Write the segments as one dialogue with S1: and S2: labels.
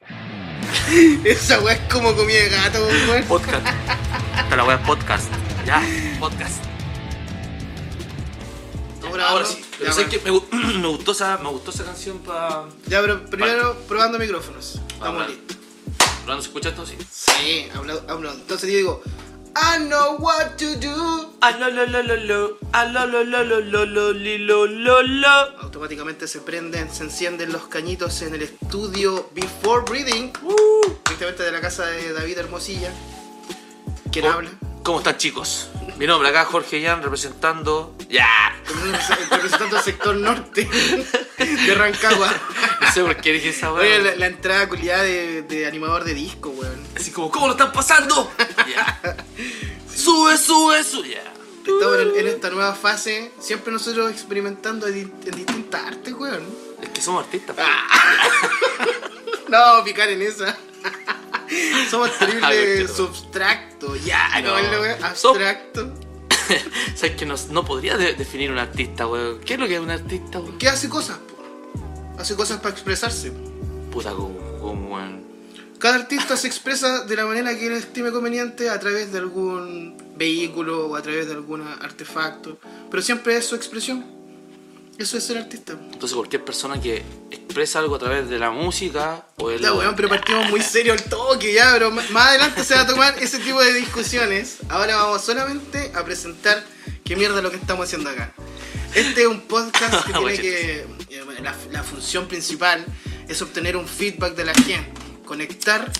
S1: Esa weá es como comida de gato, weón.
S2: Podcast. Esta la weá es podcast. Ya, podcast.
S1: Ahora,
S2: Ahora
S1: ¿no?
S2: sí.
S1: Ya,
S2: Pero sé
S1: bueno.
S2: que me, gu- me gustó esa, me gustó esa canción para.
S1: Ya, pero primero probando micrófonos. Estamos
S2: Vale.
S1: listos.
S2: ¿No se escucha esto? Sí.
S1: Sí, habla- habla. Entonces yo digo, I know what to do.
S2: Ah, lo, lo, lo, lo, lo. Ah, lo, lo, lo, lo, lo, lo, li, lo, lo, lo.
S1: Automáticamente se prenden, se encienden los cañitos en el estudio Before Breathing,
S2: Uh.
S1: directamente de la casa de David Hermosilla. ¿Quién
S2: ¿Cómo-
S1: habla?
S2: ¿Cómo están, chicos? Mi nombre acá, Jorge Yan, representando. ¡Ya!
S1: Representando el sector norte de Rancagua.
S2: No sé por qué dije esa weá.
S1: Oye, la, la entrada culiada de, de animador de disco, weón.
S2: Así como, ¿cómo lo están pasando? Ya. Sube, sube, sube. Ya.
S1: Estamos en, en esta nueva fase, siempre nosotros experimentando en, di- en distintas artes, weón.
S2: Es que somos artistas. pues.
S1: Ah. No, vamos a picar en esa. Somos
S2: A ver, qué
S1: terrible
S2: tal.
S1: subtracto, ya, no,
S2: No.
S1: es la weá,
S2: Som-
S1: abstracto.
S2: ¿Sabes que no, no podría de- definir un artista, weón? ¿Qué es lo que es un artista, weón?
S1: ¿Qué hace cosas? po? Hace cosas para expresarse.
S2: Puta, como, como, weón.
S1: Cada artista se expresa de la manera que él estime conveniente a través de algún vehículo o a través de algún artefacto, pero siempre es su expresión. Eso es ser artista.
S2: Entonces, cualquier persona que expresa algo a través de la música o de
S1: Ya, weón, pero partimos muy serio el toque, ya, pero m- más adelante se va a tomar ese tipo de discusiones. Ahora vamos solamente a presentar qué mierda es lo que estamos haciendo acá. Este es un podcast que tiene
S2: Buen
S1: que. eh, bueno, La, la función principal es obtener un feedback de la gente, conectar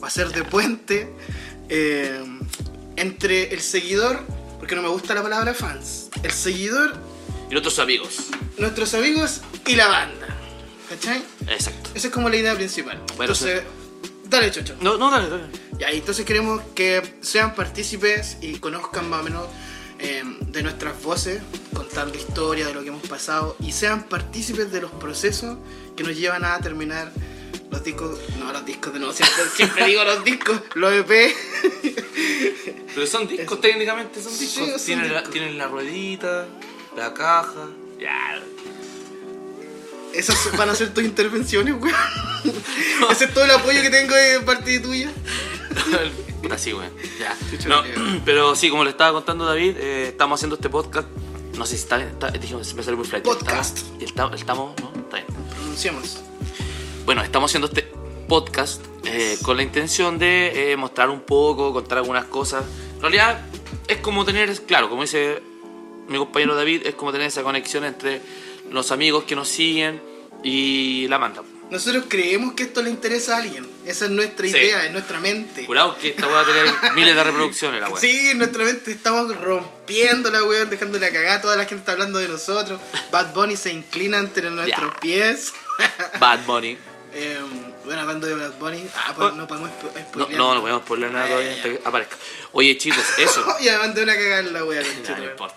S1: o hacer de puente eh, entre el seguidor, porque no me gusta la palabra fans, el seguidor,
S2: y otros amigos.
S1: nuestros amigos y la banda. ¿Cachai?
S2: Exacto.
S1: Esa es como la idea principal.
S2: Bueno,
S1: entonces, dale, chocho.
S2: No, no, dale, dale.
S1: Ya, y entonces queremos que sean partícipes y conozcan más o menos eh, de nuestras voces, contando historias de lo que hemos pasado y sean partícipes de los procesos que nos llevan a terminar los discos. No, los discos de nuevo, siempre, siempre digo los discos, los E EP.
S2: Pero son discos, técnicamente son
S1: Sí,
S2: discos.
S1: son
S2: tienen, La,
S1: discos.
S2: tienen la ruedita, la caja. Ya.
S1: Esas van a ser tus intervenciones, weón. Ese es todo el apoyo que tengo de parte tuya.
S2: Puta, sí, weón. Ya.
S1: Chucha,
S2: No,
S1: Leo.
S2: pero sí, como le estaba contando David, eh, estamos haciendo este podcast. No sé si está bien. Está, dije, me sale muy flight.
S1: Podcast.
S2: Estamos- estamos- estamos, ¿no? Está bien.
S1: Pronunciamos.
S2: Bueno, estamos haciendo este podcast eh, con la intención de eh, mostrar un poco, contar algunas cosas. En realidad es como tener, claro, como dice mi compañero David, es como tener esa conexión entre los amigos que nos siguen y la banda.
S1: Nosotros creemos que esto le interesa a alguien. Esa es nuestra
S2: Sí.
S1: idea, es nuestra mente.
S2: Jurado que esta va a tener miles de reproducciones, la weá.
S1: Sí, en nuestra mente estamos rompiendo la weón, dejando la cagada, toda la gente está hablando de nosotros. Bad Bunny se inclina entre nuestros pies.
S2: Bad Bunny.
S1: Eh, bueno, hablando de Bad Bunny, ah, pues no podemos spo-
S2: Oh. No,
S1: spoilear.
S2: no, no podemos poner nada todavía hasta que aparezca. Oye, chicos, eso.
S1: Y me mandé una cagada en la weón.
S2: Ya, no importa.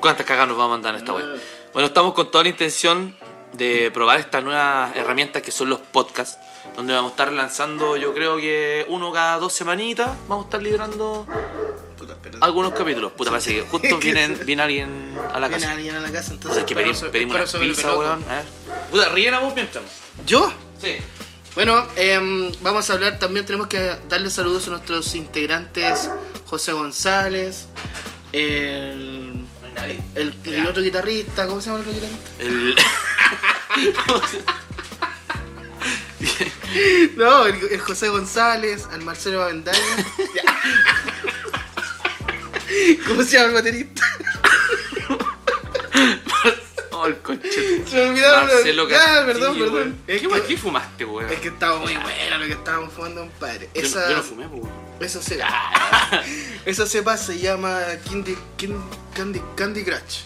S2: ¿Cuántas cagas nos va a mandar en esta
S1: No.
S2: web? Bueno, estamos con toda la intención de probar estas nuevas herramientas que son los podcasts, donde vamos a estar lanzando, yo creo que uno cada dos semanitas, vamos a estar liderando
S1: Puta, perdón.
S2: algunos capítulos. Puta, parece que justo vienen- viene alguien a la
S1: Viene
S2: casa.
S1: alguien a la casa, entonces.
S2: Puta, hay que
S1: espero
S2: pedir,
S1: so-
S2: pedimos
S1: espero
S2: una
S1: sobre el
S2: pizza,
S1: peloto.
S2: weón. a ver. Puta, rellena vos mientras.
S1: ¿Yo?
S2: Sí.
S1: Bueno, em, vamos a hablar también, tenemos que darle saludos a nuestros integrantes, José González, el, el, el otro guitarrista, ¿cómo se llama el otro guitarrista?
S2: El...
S1: No, el, el José González, al Marcelo Avendaño. ¿Cómo se llama el baterista?
S2: oh, el conchete.
S1: Se me olvidaron. los-
S2: Marcelo
S1: ya,
S2: Castillo,
S1: perdón,
S2: weón.
S1: perdón. Es
S2: ¿Qué, weón,
S1: que,
S2: ¿Qué fumaste, weón?
S1: es que estaba muy bueno lo que estábamos fumando, compadre.
S2: Yo no-
S1: Esa,
S2: yo, no fumé, Ah. weón.
S1: esa cepa, esa cepa se llama Candy, Kin- Candy, Candy Crush.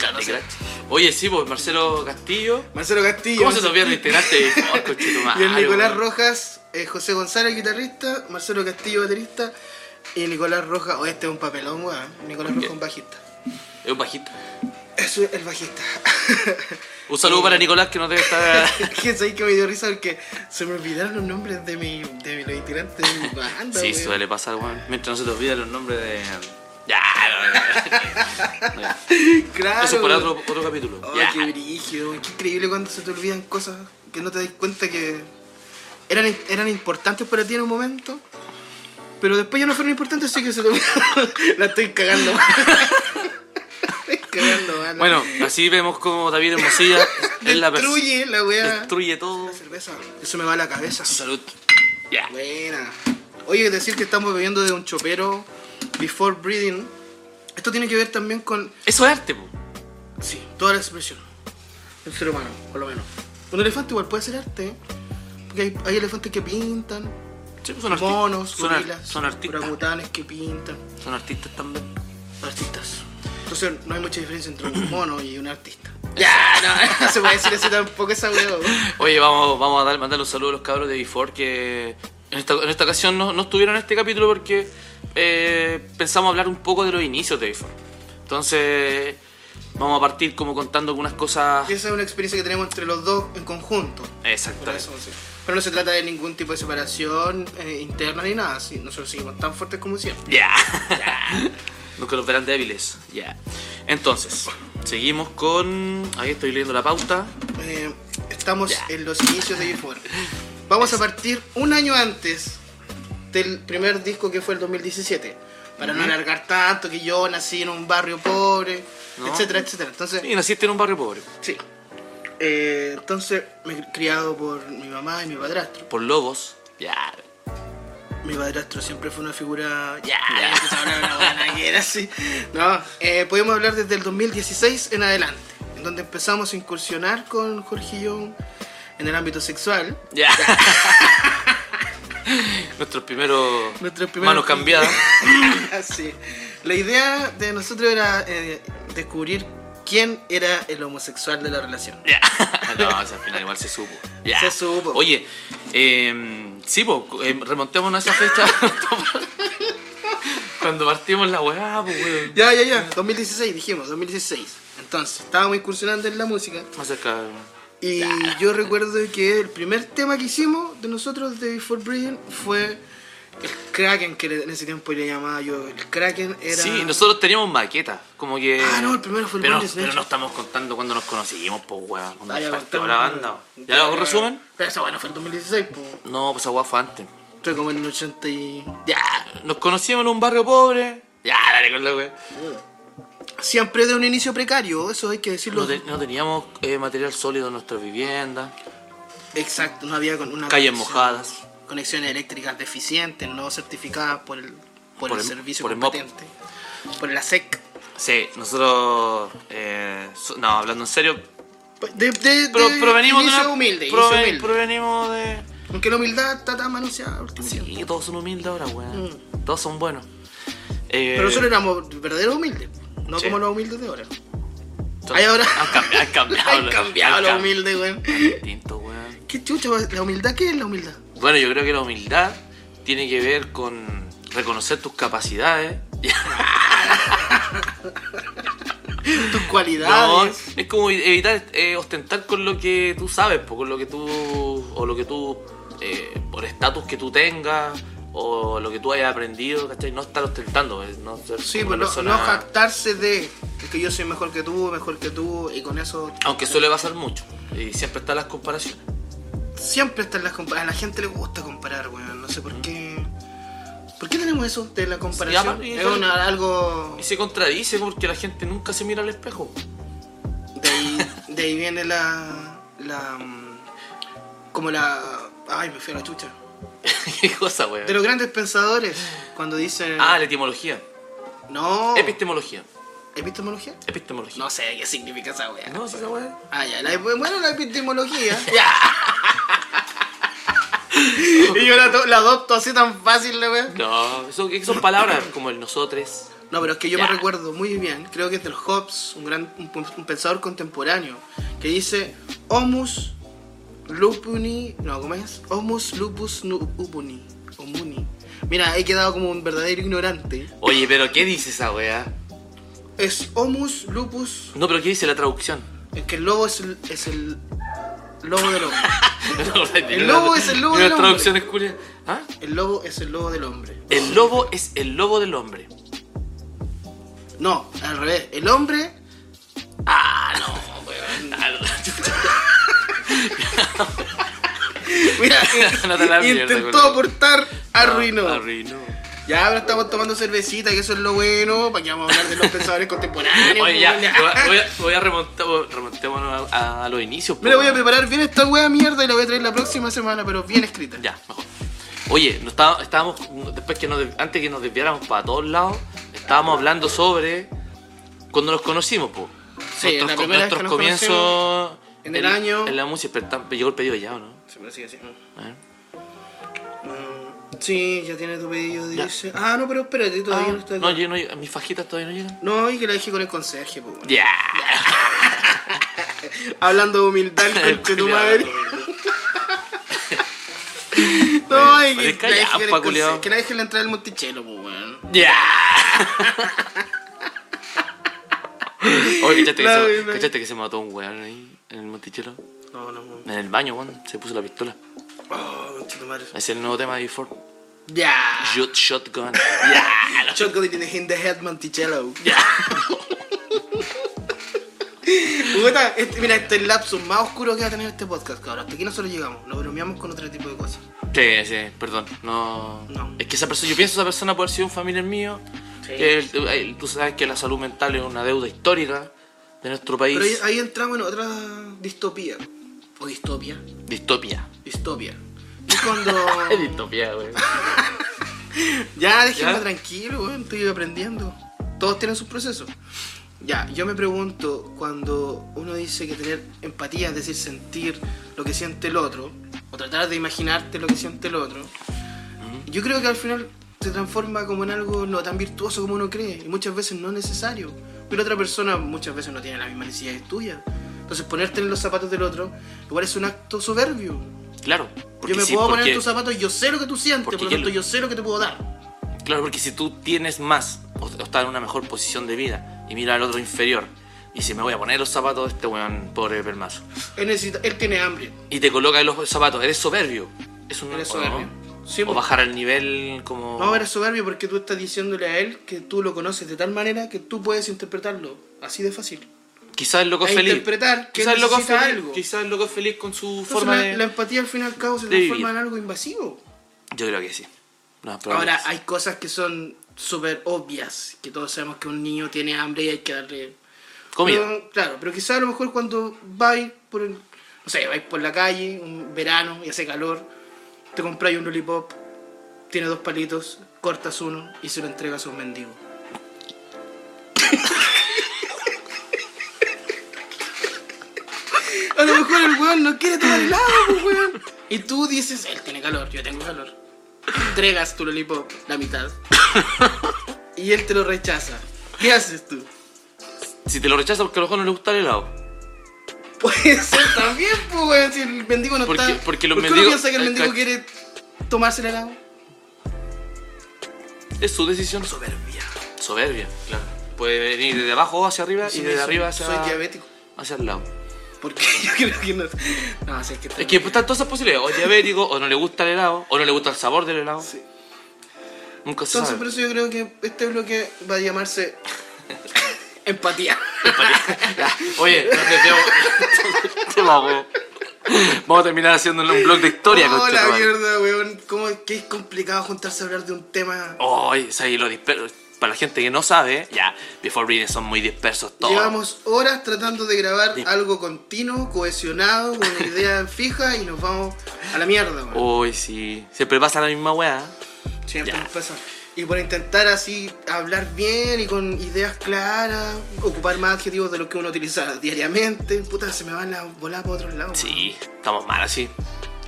S2: Candy Crush. Oye, sí, pues Marcelo Castillo.
S1: Marcelo Castillo.
S2: ¿Cómo se te olvida el integrante de Oh, Ford, conchetumare,
S1: Y el Nicolás
S2: weón?
S1: Rojas, eh, José González, guitarrista, Marcelo Castillo, baterista, y Nicolás Rojas, oh, este es un papelón, weón. Nicolás Rojas, un bajista.
S2: Es un bajito.
S1: Eso es el bajista.
S2: Un saludo para Nicolás que no debe estar.
S1: ¿Quién sabéis que me dio risa? Porque se me olvidaron los nombres de, mi, de mi- los integrantes de mi banda,
S2: Sí,
S1: weón.
S2: suele pasar, weón. Mientras no se te olviden los nombres de. Ya, no, no, no.
S1: Claro.
S2: Eso para
S1: weón.
S2: otro, otro capítulo.
S1: Oh,
S2: Ya.
S1: qué brígido, weón. qué increíble cuando se te olvidan cosas que no te das cuenta que eran, eran importantes para ti en un momento, pero después ya no fueron importantes, así que se te... la estoy cagando. Estoy cagando, mano.
S2: Bueno, así vemos como David Hermosilla es la persona.
S1: destruye la weá.
S2: Destruye todo.
S1: La cerveza. Eso me va a la cabeza.
S2: Salud. Ya.
S1: Buena. Oye, decir que estamos bebiendo de un chopero before breeding. Esto tiene que ver también con
S2: Eso es arte, po.
S1: Sí, toda la expresión. Un ser humano, por lo menos. Un elefante igual puede ser arte, ¿eh? Porque hay, hay elefantes que pintan,
S2: Sí, pues son arti-
S1: monos,
S2: son, ar-
S1: gorilas,
S2: son artistas.
S1: orangutanes que pintan,
S2: Son artistas también.
S1: artistas. Entonces no hay mucha diferencia entre un mono y un artista. Ya, no, no se puede decir así tampoco esa hueá. weón.
S2: Oye, vamos, vamos a dar, mandarle un saludo a los cabros de Before que en esta, en esta ocasión no, no estuvieron en este capítulo porque eh, pensamos hablar un poco de los inicios de Before. Entonces, vamos a partir como contando algunas cosas.
S1: Esa es una experiencia que tenemos entre los dos en conjunto.
S2: Exacto.
S1: Por eso, sí. Pero no se trata de ningún tipo de separación eh, interna ni nada. sí, nosotros seguimos tan fuertes como siempre.
S2: Ya. Nunca los verán débiles. Ya. Entonces, seguimos con. Ahí estoy leyendo la pauta.
S1: Eh, estamos
S2: Ya.
S1: en los inicios de Before. Vamos a partir un año antes del primer disco que fue el 2017. Para no
S2: Ujú.
S1: alargar tanto, que yo nací en un barrio pobre,
S2: No.
S1: etcétera, etcétera. Entonces,
S2: Y naciste en un barrio pobre.
S1: sí. Eh, entonces, me he criado por mi mamá y mi padrastro.
S2: Por lobos. Ya.
S1: Mi padrastro siempre fue una figura. Ya,
S2: Ya.
S1: ya se habla de una buena que era así. No, eh, podemos hablar desde el 2016 en adelante, en donde empezamos a incursionar con Jorgillón en el ámbito sexual.
S2: Ya. Nuestros primeros.
S1: Nuestros primeros-
S2: Manos cambiadas.
S1: Así. La idea de nosotros era eh, descubrir quién era el homosexual de la relación.
S2: Ya. no, o sea, al final igual se supo. Ya.
S1: Se supo.
S2: Oye, eh, sí, po, eh, remontémonos a esa fecha. Cuando partimos la weá, pues weón.
S1: Ya, ya, ya. 2016 dijimos, 2016. Entonces, estábamos incursionando en la música.
S2: Más cerca.
S1: Y yo recuerdo que el primer tema que hicimos de nosotros de Before Breeding fue el Kraken, que en ese tiempo le llamaba yo. El Kraken era.
S2: Sí, nosotros teníamos maquetas. Como que.
S1: Ah, no, el primero fue el
S2: pero,
S1: Britney Spears.
S2: pero no estamos contando cuando nos conocimos, pues weón. Cuando
S1: Ah, ya
S2: partió
S1: contamos.
S2: la banda. ¿Ya le hago un resumen?
S1: Pero esa bueno fue el 2016, pues.
S2: No, pues esa weá fue antes.
S1: Fue como en el 80 y.
S2: Ya, nos conocimos en un barrio pobre. Ya, dale con la weá.
S1: Siempre de un inicio precario, eso hay que decirlo.
S2: No, te- no teníamos eh, material sólido en nuestras viviendas.
S1: Exacto, no había con una
S2: Calles
S1: conexión-
S2: mojadas.
S1: Conexiones eléctricas deficientes, no certificadas por el, por
S2: Por
S1: el,
S2: el-
S1: servicio
S2: por el MOP.
S1: competente, por la SEC.
S2: Sí, nosotros. eh, so- no, hablando en serio.
S1: De, de,
S2: Pero
S1: de
S2: provenimos de
S1: inicio
S2: una-
S1: humilde, inicio
S2: prove-
S1: humilde.
S2: Provenimos de.
S1: Aunque la humildad está tan manoseada últimamente.
S2: Sí, todos son humildes ahora, weón.
S1: Mm.
S2: Todos son buenos. Eh,
S1: Pero nosotros éramos verdaderos humildes, no
S2: Sí.
S1: como los humildes de ahora.
S2: son-
S1: Ay, ahora-
S2: Han cambi- han cambiado,
S1: Han
S2: los-
S1: cambiado
S2: han
S1: los
S2: cam-
S1: humildes, weón.
S2: distinto, weón.
S1: ¿Qué chucha? weón? ¿La humildad qué es la humildad?
S2: Bueno, yo creo que la humildad tiene que ver con reconocer tus capacidades.
S1: Tus
S2: No,
S1: cualidades.
S2: es como evitar eh, ostentar con lo que tú sabes, po, con lo que tú, o lo que tú, eh, por estatus que tú tengas, o lo que tú hayas aprendido, ¿cachai? No estar ostentando, eh, no ser
S1: Sí,
S2: como
S1: pues
S2: una
S1: no,
S2: persona-
S1: no jactarse de es que yo soy mejor que tú, mejor que tú, y con eso
S2: Aunque suele pasar mucho, y siempre están las comparaciones.
S1: Siempre están las comparaciones. A la gente le gusta comparar, weón. No sé
S2: Mm.
S1: por qué. ¿Por qué tenemos eso de la
S2: Sí,
S1: comparación?
S2: aparte-
S1: es una- algo.
S2: Y se contradice porque la gente nunca se mira al espejo.
S1: De ahí, de ahí viene la. la. mm, como la. Ay, me fui a la chucha.
S2: Qué cosa, weón.
S1: De los grandes pensadores, cuando dicen.
S2: Ah, la etimología.
S1: no.
S2: Epistemología.
S1: ¿Epistemología?
S2: Epistemología.
S1: No sé qué significa esa weá.
S2: No, sí, esa weá.
S1: Ah, ya. La, ep- bueno, la epistemología.
S2: Ya.
S1: y yo la, to- la adopto así tan fácil, la weá.
S2: No, son, son palabras como el nosotres.
S1: No, pero es que yo
S2: Ya.
S1: me recuerdo muy bien, creo que es de los Hobbes, un gran un, un pensador contemporáneo, que dice Homus lupuni, no, ¿cómo es? Homus lupus nu- ubuni, omuni. Mira, he quedado como un verdadero ignorante.
S2: Oye, pero ¿qué dice esa weá?
S1: Es Homus lupus,
S2: No, pero ¿qué dice la traducción?
S1: es que el lobo es el, es el lobo del hombre.
S2: el
S1: lobo es el lobo del
S2: La
S1: hombre.
S2: traducción es culia. ¿Ah?
S1: El lobo es el lobo del hombre.
S2: El lobo es el lobo del hombre.
S1: No, al revés, el hombre...
S2: Ah, no, weón. Ah, no.
S1: Mira,
S2: No te la pierdas,
S1: intentó
S2: culpa.
S1: aportar, arruinó.
S2: Ah, Arruinó.
S1: Ya, ahora estamos tomando cervecita, que eso es lo bueno, para que vamos a hablar de los pensadores contemporáneos.
S2: Oye, ya,
S1: weón.
S2: voy a- voy a, voy a remontar, remontémonos a, a- a los inicios.
S1: Me la voy a
S2: po.
S1: preparar bien esta wea mierda y la voy a traer la próxima semana, pero bien escrita.
S2: Ya, mejor. Oye, no está- estábamos, después que nos, des- antes que nos desviáramos para todos lados, estábamos hablando sobre cuando nos conocimos, po.
S1: Sí, la primera vez que nos
S2: comienzos
S1: en el año-
S2: En la música, pero está- llegó el pedido ya, ¿o no?
S1: Se me sigue así.
S2: A ver.
S1: Mm, Sí, ya tiene tu pedido,
S2: Ya.
S1: dice. Ah, no, pero espérate, todavía no está
S2: Ah,
S1: acá.
S2: no, yo no, llego- mis fajitas todavía no llegan.
S1: No, y que la dejé con el conserje, pues. weón.
S2: Ya.
S1: Hablando de humildad, el conche tu madre. No, y que
S2: Parezca
S1: la dejé
S2: yapa,
S1: con el conserje,
S2: culiao.
S1: que la dejé en la entrada del Monticello, pues, weón.
S2: Ya. Oye, ¿cachaste que,
S1: La
S2: se,
S1: misma.
S2: cachaste que se mató un weón ahí en el Monticello?
S1: No, no, no.
S2: En el baño, weón. Se puso la pistola.
S1: Oh, conche tu madre.
S2: Ese es el nuevo tema de Before.
S1: Ya.
S2: Shot, shotgun.
S1: Shotgun in the in the head, Monticello.
S2: Ya.
S1: Puta, este- mira, este es el lapsus más oscuro que va a tener este podcast, cabrón. Hasta aquí nosotros llegamos, nos bromeamos con otro tipo de cosas.
S2: Sí, sí, perdón. No.
S1: No.
S2: Es que esa persona, yo pienso esa persona puede haber sido un familiar mío.
S1: Sí.
S2: Que el- el- tú sabes que la salud mental es una deuda histórica de nuestro país.
S1: Pero ahí, ahí entramos en otra distopía. O distopia.
S2: Distopia.
S1: Distopia. Es cuando.
S2: Es distopia, güey.
S1: ya, déjenme
S2: ¿Ya?
S1: tranquilo, weón. Estoy aprendiendo. Todos tienen sus procesos. Ya, yo me pregunto, cuando uno dice que tener empatía, es decir, sentir lo que siente el otro, o tratar de imaginarte lo que siente el otro, yo creo que al final se transforma como en algo no tan virtuoso como uno cree, y muchas veces no es necesario. Pero otra persona muchas veces no tiene la misma necesidad que tuya. Entonces ponerte en los zapatos del otro, igual es un acto soberbio.
S2: Claro.
S1: Yo
S2: porque
S1: me
S2: sí,
S1: puedo poner
S2: porque-
S1: en tus zapatos, yo sé lo que tú sientes, por
S2: Porque
S1: lo tanto
S2: yo-
S1: yo sé lo que te puedo dar.
S2: Claro, porque si tú tienes más o, o estás en una mejor posición de vida y mira al otro inferior y si me voy a poner los zapatos de este weón pobre permazo
S1: Él, necesita- él tiene hambre.
S2: y te coloca en los zapatos, eres soberbio. Es un
S1: Eres
S2: ¿o no?
S1: soberbio. Sí,
S2: o
S1: pues.
S2: bajar al nivel como
S1: No, eres soberbio porque tú estás diciéndole a él que tú lo conoces de tal manera que tú puedes interpretarlo. Así de fácil.
S2: quizás el loco
S1: a
S2: es feliz.
S1: e interpretar que
S2: quizás el loco es
S1: necesita
S2: feliz,
S1: algo.
S2: quizás el loco es feliz con su
S1: Entonces,
S2: forma
S1: la,
S2: de
S1: la empatía al fin y al cabo se
S2: de vivir.
S1: transforma en algo invasivo.
S2: Yo creo que sí. No, pero-
S1: Ahora, hay cosas que son súper obvias, que todos sabemos que un niño tiene hambre y hay que darle
S2: comida.
S1: Pero, claro, pero quizás a lo mejor cuando vais por el, no sé, vais por la calle, un verano y hace calor, te compráis un lollipop, tiene dos palitos, cortas uno y se lo entregas a un mendigo. A lo mejor el weón no quiere tomar helado, pues, weón. Y tú dices, él tiene calor, yo tengo calor. Entregas tu lollipop, la mitad. Y él te lo rechaza. ¿Qué haces tú?
S2: Si te lo rechaza porque a lo mejor no le gusta el helado.
S1: Puede ser también, pues, weón, si el mendigo no
S2: Porque-
S1: está.
S2: porque los
S1: ¿Por qué uno
S2: mendigos-
S1: piensa que el
S2: eh,
S1: mendigo
S2: claro.
S1: quiere tomarse el helado?
S2: Es su decisión
S1: Soberbia.
S2: soberbia. Claro. Puede venir de abajo hacia arriba y de arriba hacia,
S1: Soy diabético.
S2: hacia el lado.
S1: Porque yo creo que no. No, si es que.
S2: Es que pues, están todas esas posibilidades. O diabético, o no le gusta el helado, o no le gusta el sabor del helado.
S1: Sí.
S2: Nunca se
S1: Entonces, pues,
S2: sabe.
S1: por eso yo creo que este bloque va a llamarse. Empatía.
S2: Oye, no te tengo... te vamos. Vamos a terminar haciéndole un blog de historia.
S1: oh, la
S2: conchetumare.
S1: mierda, weón. ¿Cómo es que es complicado juntarse a hablar de un tema?
S2: Ay, sí, lo disperso. Para la gente que no sabe, ya, Before Reading son muy dispersos todos.
S1: Llevamos horas tratando de grabar
S2: Oh, Sí.
S1: algo continuo, cohesionado, con una idea fija y nos vamos a la mierda, weón.
S2: Uy, sí. Siempre pasa la misma weá.
S1: Siempre
S2: Ya.
S1: nos pasa. Y por intentar así hablar bien y con ideas claras, ocupar más adjetivos de los que uno utiliza diariamente, puta, se me van las bolas para otros lados.
S2: Sí, estamos mal así.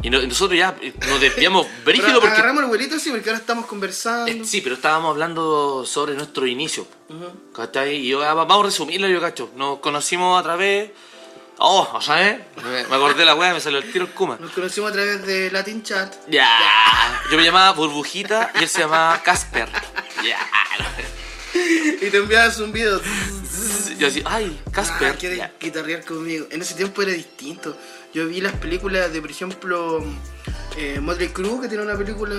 S2: Y no- y nosotros ya eh, nos desviamos
S1: Pero
S2: brígido porque.
S1: agarramos el vuelito así porque ahora estamos conversando.
S2: Eh, Sí, pero estábamos hablando sobre nuestro inicio.
S1: Ujú.
S2: ¿Cachai? Y yo, ah, vamos a resumirlo, yo cacho. Nos conocimos a través. Oh, o sea, ¿eh? Me me acordé la weá, me salió el tiro el Kuma.
S1: Nos conocimos a través de Latin Chat.
S2: Ya. Yo me llamaba Burbujita y él se llamaba Casper. Ya.
S1: Y te enviabas un video.
S2: Yo así, ay, Casper.
S1: Ah, ¿Quieres
S2: Ya.
S1: guitarrear conmigo? En ese tiempo era distinto. Yo vi las películas de, por ejemplo, eh, Motley Crue, que tiene una película,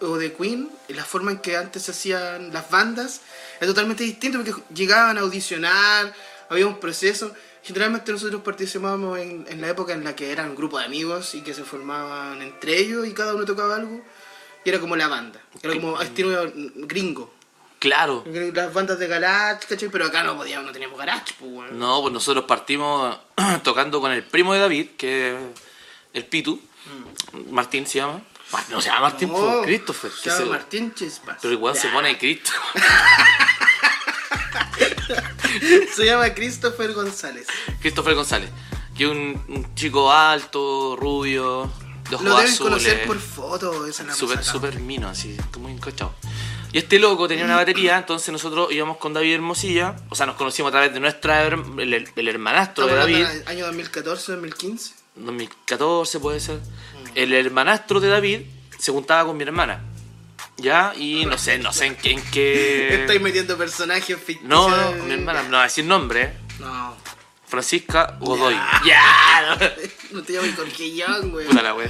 S1: o de Queen, y la forma en que antes se hacían las bandas es totalmente distinto porque llegaban a audicionar, había un proceso. Generalmente nosotros participábamos en, en la época en la que eran grupos de amigos y que se formaban entre ellos y cada uno tocaba algo. Y era como la banda. Era como estilo gringo.
S2: Claro.
S1: Las bandas de garage, ¿cachai? Pero acá no podíamos, no teníamos garage, pues, weón.
S2: No, pues nosotros partimos tocando con el primo de David, que es el Pitu. Martín se llama. Mar- No se llama Martín,
S1: No,
S2: pues, Christopher.
S1: Mm. Oh, se
S2: que
S1: llama
S2: se-
S1: Martín Chispas.
S2: Pero igual se
S1: Ya.
S2: pone Cristo.
S1: Se llama Christopher González.
S2: Christopher González. Que es un, un chico alto, rubio, de ojos
S1: Lo deben
S2: azules.
S1: conocer por foto, esa la hemos
S2: Súper,
S1: sacado.
S2: súper mino, así, muy encochado. Y este loco tenía una batería, entonces nosotros íbamos con David Hermosilla, o sea, nos conocimos a través de nuestra, herm- el, el- el hermanastro
S1: Estamos
S2: de
S1: hablando
S2: David,
S1: del año 2014, 2015.
S2: 2014 puede ser.
S1: Mm.
S2: El hermanastro de David se juntaba con mi hermana, ¿ya? Y no sé, no sé en qué... en qué-
S1: Estáis metiendo personajes ficticios.
S2: Eh, No, no, mi hermana, no voy a decir nombre, ¿eh?
S1: No.
S2: Francisca Godoy.
S1: Ya.
S2: Ya, no.
S1: No te llames Corquillón, güey.
S2: Puta la wea.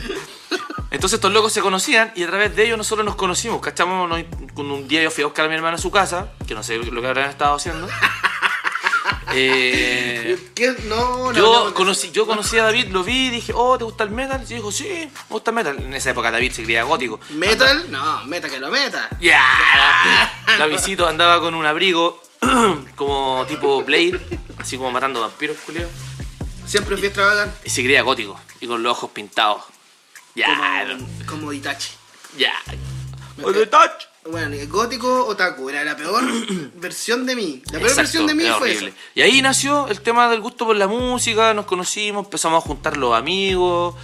S2: Entonces estos locos se conocían y a través de ellos nosotros nos conocimos, ¿cachamos? Nos- con un día yo fui a buscar a mi hermana a su casa, que no sé lo que habrán estado haciendo. Eh,
S1: ¿Qué? No, no. hablamos
S2: yo,
S1: de
S2: conocí,
S1: eso.
S2: yo conocí a David, lo vi y dije, oh, ¿te gusta el metal? Y dijo, sí, me gusta el metal. En esa época David se creía gótico.
S1: ¿Metal? No, meta que lo meta.
S2: Ya. La visito andaba con un abrigo como tipo Blade, así como matando vampiros, culeo.
S1: Siempre fui extravagante.
S2: Y se creía gótico y con los ojos pintados. Ya,
S1: Como, como Itachi.
S2: ya. Oye, Touch.
S1: Bueno, el gótico otaku era la peor versión de mí. La peor
S2: Exacto,
S1: versión de mí
S2: era
S1: fue
S2: horrible.
S1: esa.
S2: Y ahí nació el tema del gusto por la música, nos conocimos, empezamos a juntar los amigos,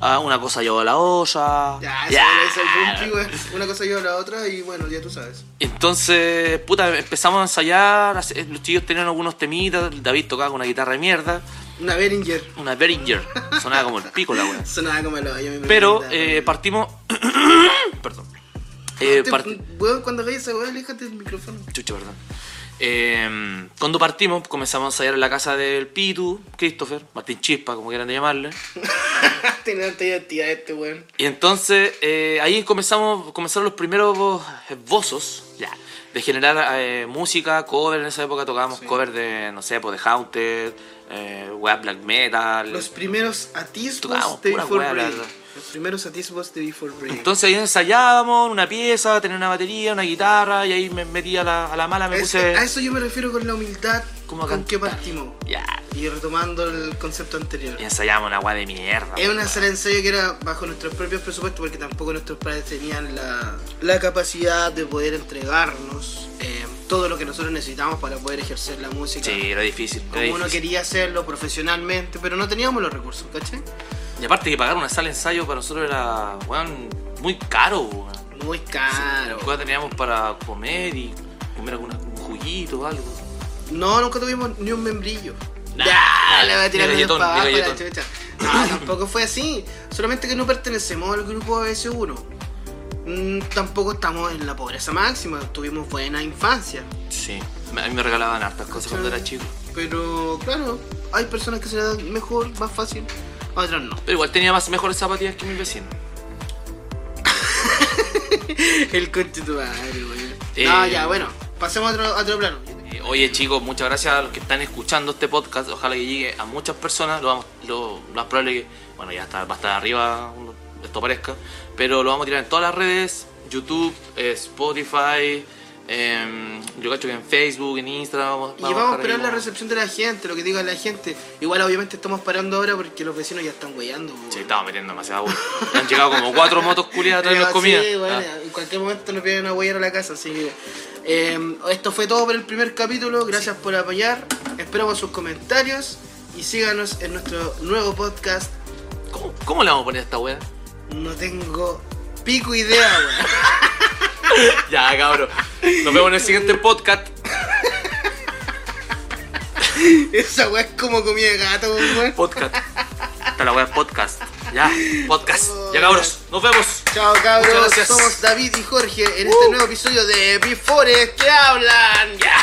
S2: a una cosa llevó a la olla.
S1: Ya,
S2: Ya.
S1: eso es el punky, güey. Una cosa lleva a la otra y bueno, ya tú sabes.
S2: Entonces, puta, empezamos a ensayar, hace- los chicos tenían algunos temitas, David tocaba con una guitarra de mierda,
S1: Una Beringer.
S2: una Behringer, sonaba como el pico la wea.
S1: Sonaba como lo yo me
S2: Pero
S1: me-
S2: eh, partimos... Perdón. Eh,
S1: Te-
S2: parti-
S1: Weón, cuando veas ese weón, aléjate del micrófono.
S2: Chucha, perdón. Eh, cuando partimos, comenzamos a ensayar en la casa del Pitu, Christopher, Martín Chispa, como quieran llamarle.
S1: Tiene alta identidad este weón.
S2: Y entonces eh, ahí comenzamos, comenzaron los primeros esbozos ya, de generar eh, música, cover. En esa época tocábamos
S1: Sí.
S2: cover de, no sé, pues de Haunted, eh, wea black metal.
S1: Los primeros atisbos
S2: Tocamos
S1: de
S2: pura
S1: Before
S2: weá, la
S1: Break.
S2: verdad.
S1: Los primeros atisbos de Before Break.
S2: Entonces ahí ensayábamos una pieza, tenía una batería, una guitarra, y ahí me metí a la, a la mala, me
S1: Es-
S2: puse.
S1: a eso yo me refiero con la humildad
S2: Como a
S1: con
S2: cantar.
S1: que partimos.
S2: Ya,
S1: Y retomando el concepto anterior.
S2: y ensayábamos una wea de mierda.
S1: Es una sala de ensayo que era bajo nuestros propios presupuestos porque tampoco nuestros padres tenían la, la capacidad de poder entregarnos eh, todo lo que nosotros necesitábamos para poder ejercer la música.
S2: Sí, era difícil. era
S1: Como uno
S2: difícil.
S1: quería hacerlo profesionalmente, pero no teníamos los recursos, ¿cachai?
S2: Y aparte que pagar una sala de ensayo para nosotros era, weón, muy caro, weón.
S1: Muy caro.
S2: Nosotros teníamos para comer y comer alguna, un juguito o algo.
S1: No, nunca tuvimos ni un membrillo.
S2: Nah,
S1: Ya, le voy a
S2: ni
S1: tirar el
S2: galletón,
S1: para
S2: ni
S1: abajo la
S2: galletón.
S1: chucha. No, tampoco fue así. Solamente que no pertenecemos al grupo S1. Mm, tampoco estamos en la pobreza máxima. Tuvimos buena infancia.
S2: Sí. A mí me regalaban hartas cosas cuando era chico.
S1: Pero claro, hay personas que se le dan mejor, más fácil, a otras no.
S2: Pero igual tenía más mejores zapatillas que mis vecinos.
S1: El coche tu madre, güey.
S2: Eh.
S1: No, ya, bueno, pasemos a otro, a otro plano.
S2: Eh, Oye chicos, muchas gracias a los que están escuchando este podcast. Ojalá que llegue a muchas personas. Lo, vamos, lo, lo más probable que, bueno, ya está, va a estar arriba, cuando esto aparezca. Pero lo vamos a tirar en todas las redes. YouTube, eh, Spotify, em, yo cacho que en Facebook, en Instagram. Vamos,
S1: Y vamos a
S2: estar
S1: esperar
S2: ahí,
S1: la
S2: vamos.
S1: recepción de la gente, lo que diga la gente. Igual, obviamente, estamos parando ahora porque los vecinos ya están weyando. güey.
S2: Sí, estaba metiendo demasiado bueno. Han llegado como cuatro motos culiadas a traernos
S1: Sí,
S2: comida.
S1: bueno,
S2: Ah,
S1: En cualquier momento nos vienen a huellar a la casa, así que. eh, esto fue todo por el primer capítulo. Gracias por apoyar. Esperamos sus comentarios y síganos en nuestro nuevo podcast.
S2: ¿cómo, cómo le vamos a poner a esta wea?
S1: No tengo pico idea, weón.
S2: Ya, cabrón. Nos vemos en el siguiente podcast.
S1: Esa weá es como comida de gato, weón.
S2: Podcast. Esta la wea es podcast. Ya, podcast. Ya, cabros. Nos vemos.
S1: Chao cabros,
S2: Muchas gracias.
S1: somos David y Jorge en este nuevo episodio de Befores que hablan. ¡Ya!